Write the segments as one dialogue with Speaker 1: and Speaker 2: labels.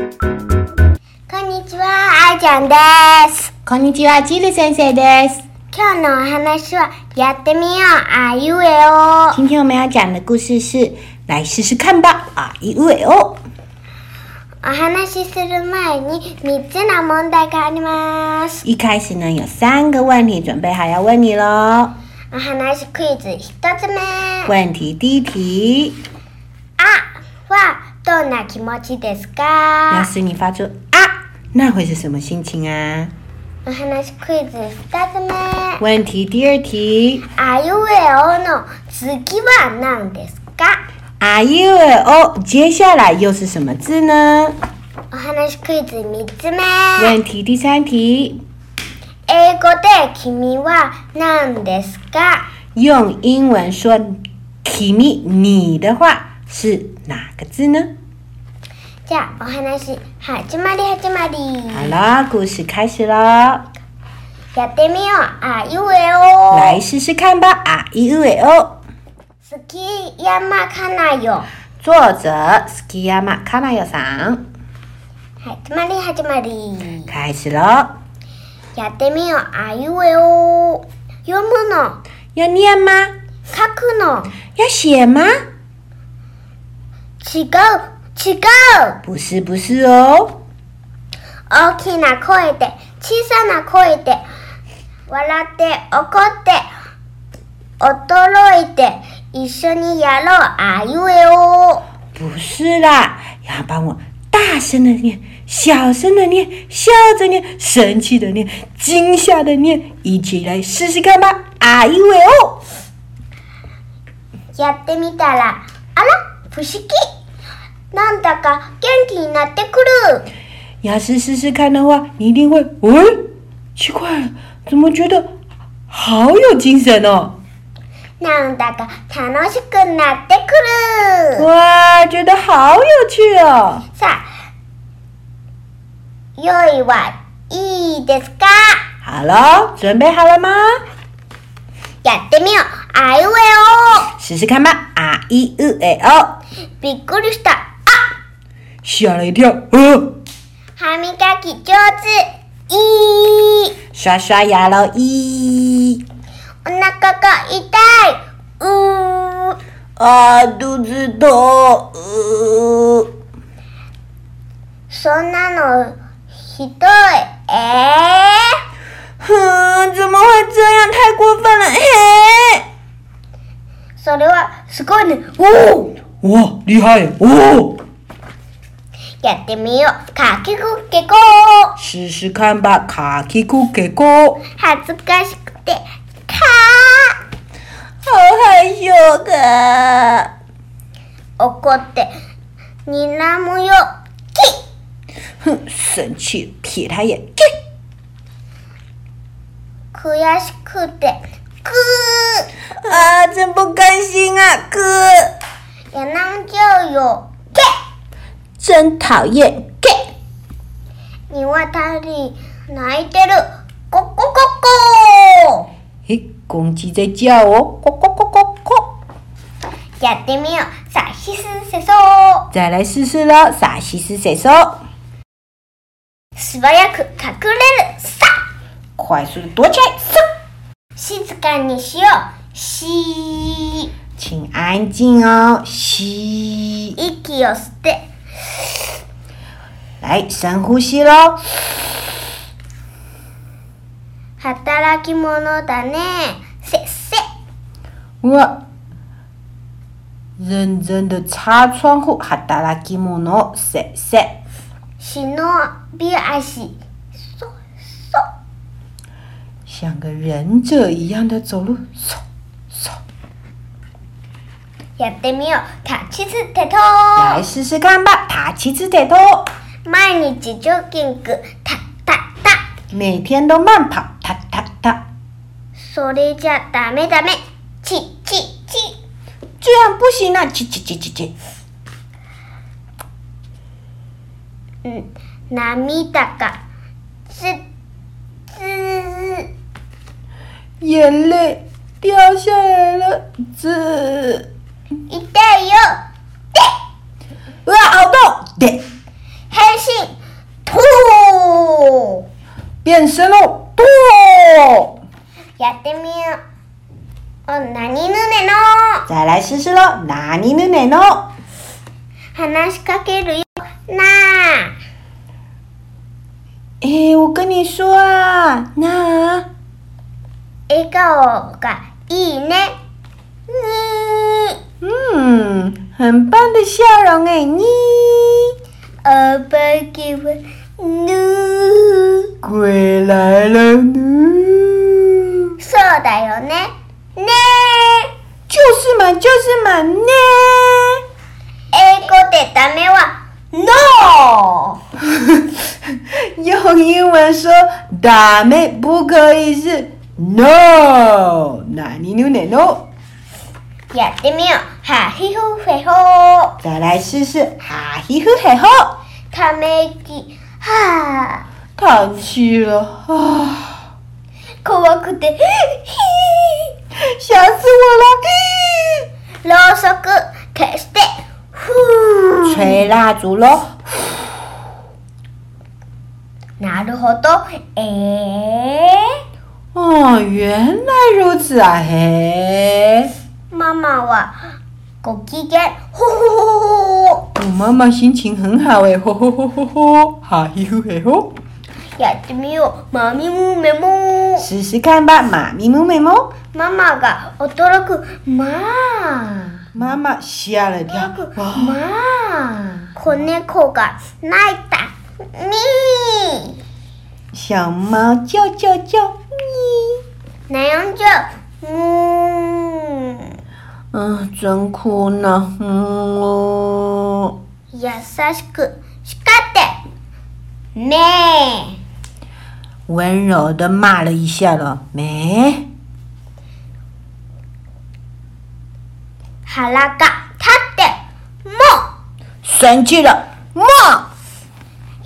Speaker 1: こんにちは、あいちゃんです。
Speaker 2: こんにちは、ジル先生です。
Speaker 1: 今日のお話は、やってみよう、あいうえお。
Speaker 2: 今天我们要讲的故事是，来试试看吧，啊，一位哦。
Speaker 1: お話しする前に、3つの問題があります。
Speaker 2: 一开始呢，有三个问题准备好要问你喽。
Speaker 1: お話クイズ1つ目。あ
Speaker 2: 问题第一题，
Speaker 1: は、どんな気持ちです
Speaker 2: 要
Speaker 1: か
Speaker 2: 是你发出啊，那会是什么心情啊？
Speaker 1: お話クイズ2つ目。
Speaker 2: 问题第二题，
Speaker 1: あいうえおの次は何ですか
Speaker 2: 啊 u 哦，接下来又是什么字呢？
Speaker 1: お話クイズ3つ目。
Speaker 2: 问题第三题，
Speaker 1: 英語で君は何ですか
Speaker 2: 用英文说 “kimi” 你的话是哪个字呢？
Speaker 1: じゃあお話始まり始まり
Speaker 2: 好了，故事开始喽，
Speaker 1: やってみようあいうえ
Speaker 2: 来试试看吧。啊 u 哦，
Speaker 1: お好き山かなよ
Speaker 2: 作者 Skiyama Kanayo 桑，
Speaker 1: 始まり始まり
Speaker 2: 开始喽。
Speaker 1: やってみようあいうえお読むの
Speaker 2: 要念吗？
Speaker 1: 書くの
Speaker 2: 要写吗？
Speaker 1: 違う違う
Speaker 2: 不是，不是哦。
Speaker 1: 大きな声で小さな声で笑って怒って驚いて一緒にやろうあいうえお
Speaker 2: 不是啦，要帮我大声的念，小声的念，笑着念，生气的念，惊吓的念，一起来试试看吧！啊呦喂哦，
Speaker 1: やってみたらあら不思議なんだか元気になってくる
Speaker 2: 要是试试看的话，你一定会，喂、奇怪了，怎么觉得好有精神哦？
Speaker 1: なんだか楽しくなってくる
Speaker 2: 哇，觉得好有趣哦！
Speaker 1: さあ用意はいいですか
Speaker 2: 好了，准备好了吗？
Speaker 1: やってみようあいうえ
Speaker 2: 试试看吧！啊一二哎哦，
Speaker 1: おびっくりしたあ
Speaker 2: 吓了一跳，呃。
Speaker 1: 歯磨き上手いい
Speaker 2: 刷刷牙喽！咦，
Speaker 1: お腹が痛いうー
Speaker 2: 啊，肚子痛，呃，
Speaker 1: そんなのひどいえー
Speaker 2: 哼，怎么会这样？太过分了！嘿，
Speaker 1: それはすごいね。おお
Speaker 3: 哇，厉害哦！
Speaker 1: やってみよう。かきくけこ
Speaker 3: 试试看吧，卡基库给过。
Speaker 1: 恥ずかしくて、か
Speaker 2: 好害羞的。
Speaker 1: ー怒って、にらむよ。
Speaker 3: 哼，生气，瞥他一眼。
Speaker 1: き悔しくて、く
Speaker 2: 啊，真不甘心啊！哥，
Speaker 1: ーやなんじゃうよ。け
Speaker 2: 真讨厌。给，
Speaker 1: にわたり、泣いてる。ここここ
Speaker 3: 嘿，公鸡在叫哦，咕咕咕咕咕。
Speaker 1: やってみよう。さあ、ひすせそう。
Speaker 3: 再来试试喽，傻西施谁手？
Speaker 1: 素早く隠れる。さあ
Speaker 3: 快速地躲起来！嗖
Speaker 1: 静かにしよう。しー。
Speaker 3: 请安静哦，吸，
Speaker 1: 息を吸って。
Speaker 3: 来深呼吸喽。
Speaker 1: 働き者だねせっせ
Speaker 3: 我认真的擦窗户，哈达拉基莫诺，谢谢。
Speaker 1: 忍び足そそ
Speaker 3: 像个忍者一样的走路，嗖嗖。
Speaker 1: やってみよう。タッチステト
Speaker 2: 来试试看吧，塔奇兹铁托，
Speaker 1: 毎日ジョギング、タッタッタ。
Speaker 2: 每天都慢跑，塔塔塔，
Speaker 1: それじゃダメダメ。チッチッチッ。
Speaker 2: 这样不行啊！叽叽叽叽叽，
Speaker 1: うん涙がつつ
Speaker 2: 眼泪掉下来了，滋，
Speaker 1: 痛いよで
Speaker 2: 哇，好痛！对，
Speaker 1: 変身と
Speaker 2: 变身喽，剁！
Speaker 1: やってみようおなにぬねの
Speaker 2: 再来试试喽，哪里的奶酪？
Speaker 1: 話しかけるよなあ
Speaker 2: 哎，我跟你说啊，那
Speaker 1: 笑顔がいいねに
Speaker 2: 嗯，很棒的笑容哎，你
Speaker 1: おばけはぬ
Speaker 2: 鬼来了呢，
Speaker 1: そうだよねねえ
Speaker 2: 就是嘛，就是嘛呢。
Speaker 1: 英語でダメは NO!
Speaker 2: 用英文说“打妹不可以”是 “no”，哪里牛奶 no？
Speaker 1: やってみようハヒホフェホ
Speaker 2: 再来试试哈嘿呵嘿呵，
Speaker 1: ため息はあ
Speaker 2: 叹气了啊，
Speaker 1: 怖くて ヒ
Speaker 2: 吓死我了！
Speaker 1: ーろうそく消してふー
Speaker 2: 吹蜡烛喽，
Speaker 1: なるほどえ
Speaker 2: 哦，原来如此啊，嘿，
Speaker 1: ー、ママはご機嫌ほほほほ
Speaker 2: 我妈妈心情很好哎，吼吼吼吼吼，哈嘿呵嘿吼，
Speaker 1: やってみようマミムメモ
Speaker 2: 试试看吧，妈咪萌美萌，
Speaker 1: ママが驚くまあ
Speaker 2: 妈妈吓了一跳，哇！
Speaker 1: まあ子猫が泣いたみ
Speaker 2: 小猫叫叫叫，咪。
Speaker 1: ー悩んじゃうう
Speaker 2: 嗯，真哭呢。嗯哦，
Speaker 1: ーん優しく叱ってね
Speaker 2: 温柔的骂了一下了。没，
Speaker 1: え腹が立っても
Speaker 2: 生气了。莫，
Speaker 1: う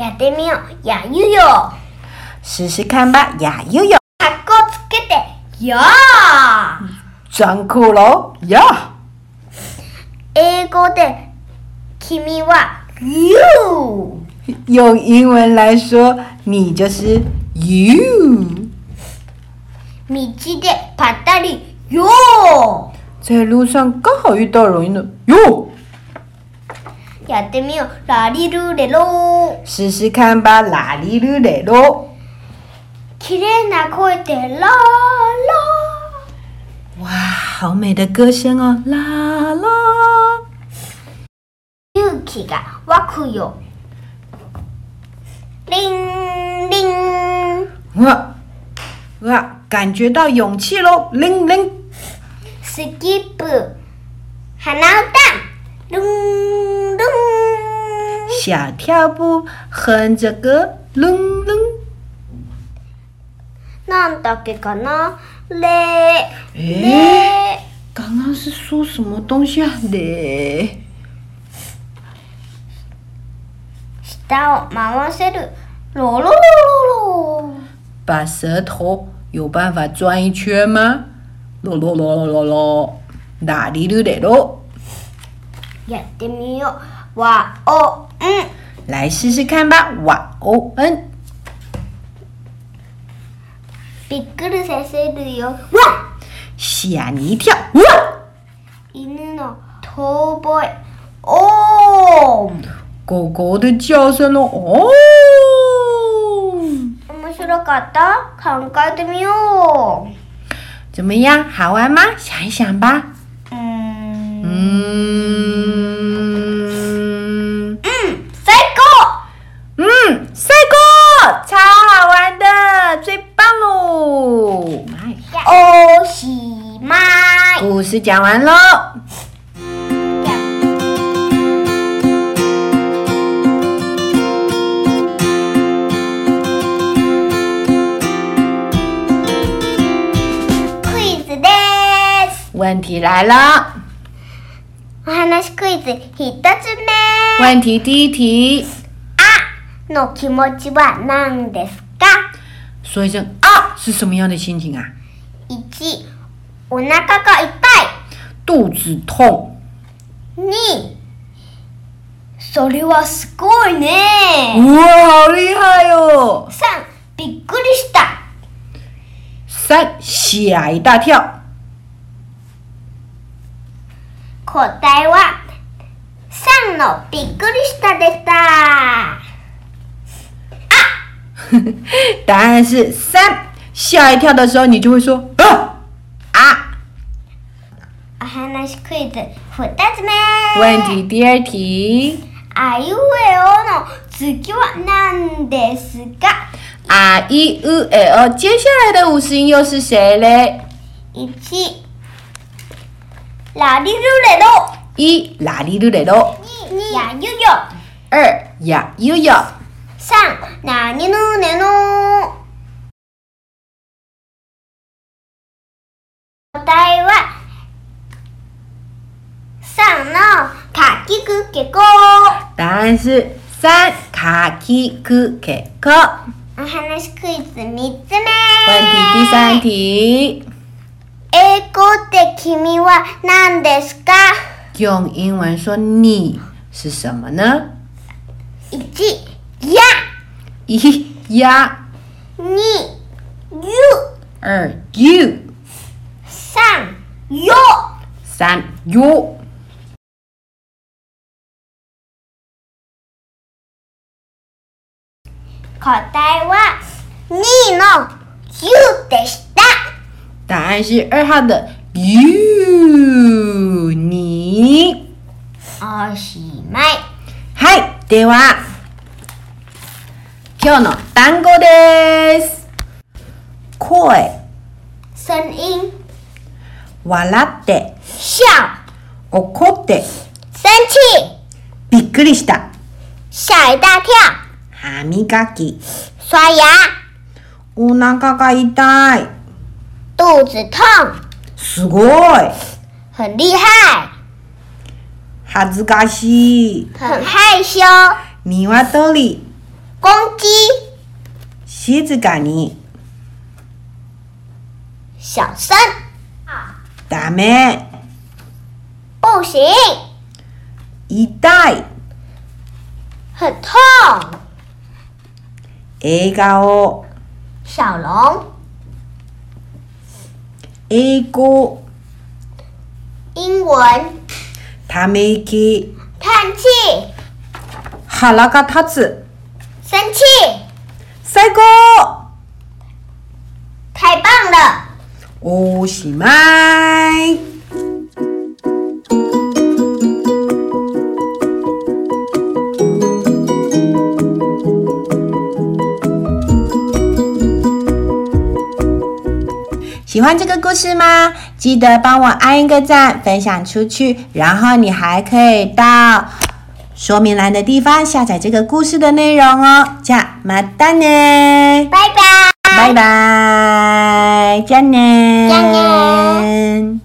Speaker 1: やってみようやゆよか
Speaker 2: 试试看吧。呀悠悠，
Speaker 1: っこつけてよー
Speaker 2: 装酷喽。呀，
Speaker 1: 英語で君は You
Speaker 2: 用英文来说，你就是 you。
Speaker 1: 道でぱったりよー
Speaker 2: 在路上刚好遇到人了。哟，
Speaker 1: やってみよう。ラリルレロー。
Speaker 2: 试试看吧。啦哩噜嘞喽。
Speaker 1: 綺麗な声でラーラ
Speaker 2: 哇，好美的歌声哦！啦啦。
Speaker 1: ー。勇気が湧くよ。リンリン。
Speaker 2: 哇哇，感觉到勇气喽！铃铃，
Speaker 1: スキップ。鼻歌。ルンルン。
Speaker 2: 小跳步，哼着歌，铃铃。
Speaker 1: なんだっけかなレー。
Speaker 2: 诶，
Speaker 1: レ
Speaker 2: 刚刚是说什么东西啊？嘞，
Speaker 1: ー。舌を回せる。ロロロロロ。
Speaker 2: 把舌头有办法转一圈吗？咯咯咯咯咯咯，哪里噜嘞喽？
Speaker 1: やってみよう。わおん。
Speaker 2: 来试试看吧！哇哦，嗯，
Speaker 1: びっくりさせるよ。わっ
Speaker 2: 吓你一跳！哇，
Speaker 1: 犬の遠吠え。おー
Speaker 2: 狗狗的叫声喽！哦。
Speaker 1: 面白かった考えてみよ
Speaker 2: 怎么样？好玩吗？想一想吧。
Speaker 1: う。うーん。
Speaker 2: 嗯
Speaker 1: 最
Speaker 2: 嗯，帅哥，超好玩的，最棒喽！
Speaker 1: 高おしまい。
Speaker 2: 故事讲完喽。问题来了，
Speaker 1: お話クイズ一つ目
Speaker 2: 问题第一题，
Speaker 1: あの気持ちは何ですか
Speaker 2: 说一声啊，是什么样的心情啊？
Speaker 1: 1お腹が痛
Speaker 2: 肚子痛。
Speaker 1: い2それはすごいね
Speaker 2: 哇，好厉害哦！
Speaker 1: 3びっくりした
Speaker 2: 三，吓一大跳。
Speaker 1: 答えは3のびっくりしたでした
Speaker 2: 答案是三，吓一跳的时候你就会说啊啊。
Speaker 1: お話クイズ2つ目
Speaker 2: 问题第二题，
Speaker 1: あいうえおの次は何ですか
Speaker 2: 啊一五哎哦，接下来的五十音又是谁嘞？
Speaker 1: 1ラリルレロ
Speaker 2: 一啦哩噜嘞喽，
Speaker 1: 2やゆよ
Speaker 2: 二呀悠悠。
Speaker 1: 3なにぬねの答えは3のかきくけこ
Speaker 2: 答案是三卡基库克克。
Speaker 1: お話クイズ3つ目問
Speaker 2: 问题第三题，
Speaker 1: 栄光って君は何ですか
Speaker 2: 用英文说你是什么呢？
Speaker 1: 1や
Speaker 2: 一呀，
Speaker 1: 2ゆ
Speaker 2: 二 you，
Speaker 1: 3よ
Speaker 2: 三 you。
Speaker 1: 答えは2のゆでした
Speaker 2: 答案是二号的 you，你。
Speaker 1: おしまい
Speaker 2: はい、では今日の単語です。声、
Speaker 1: 声音
Speaker 2: 笑って、
Speaker 1: 笑，
Speaker 2: 怒って、
Speaker 1: 生气，
Speaker 2: びっくりした、
Speaker 1: 吓一大跳，
Speaker 2: 歯磨き、
Speaker 1: 刷牙，
Speaker 2: お腹が痛い、
Speaker 1: 肚子痛，
Speaker 2: すごい、
Speaker 1: 很厉害，
Speaker 2: 恥ずかしい、
Speaker 1: 很害羞，
Speaker 2: 鶏、
Speaker 1: 公鸡，
Speaker 2: 静かに、
Speaker 1: 小声，
Speaker 2: ダメ、
Speaker 1: 不行，
Speaker 2: 痛い、
Speaker 1: 很痛，
Speaker 2: 笑顔、
Speaker 1: 小龙，
Speaker 2: 英語、
Speaker 1: 英文，
Speaker 2: ため息、
Speaker 1: 叹气，
Speaker 2: 腹が立
Speaker 1: 生气，
Speaker 2: つ、最高
Speaker 1: 太棒了。
Speaker 2: おしまい喜欢这个故事吗？记得帮我按一个赞，分享出去，然后你还可以到说明栏的地方下载这个故事的内容哦。じゃあまたね。
Speaker 1: 拜拜。
Speaker 2: 拜拜，再见，
Speaker 1: 再见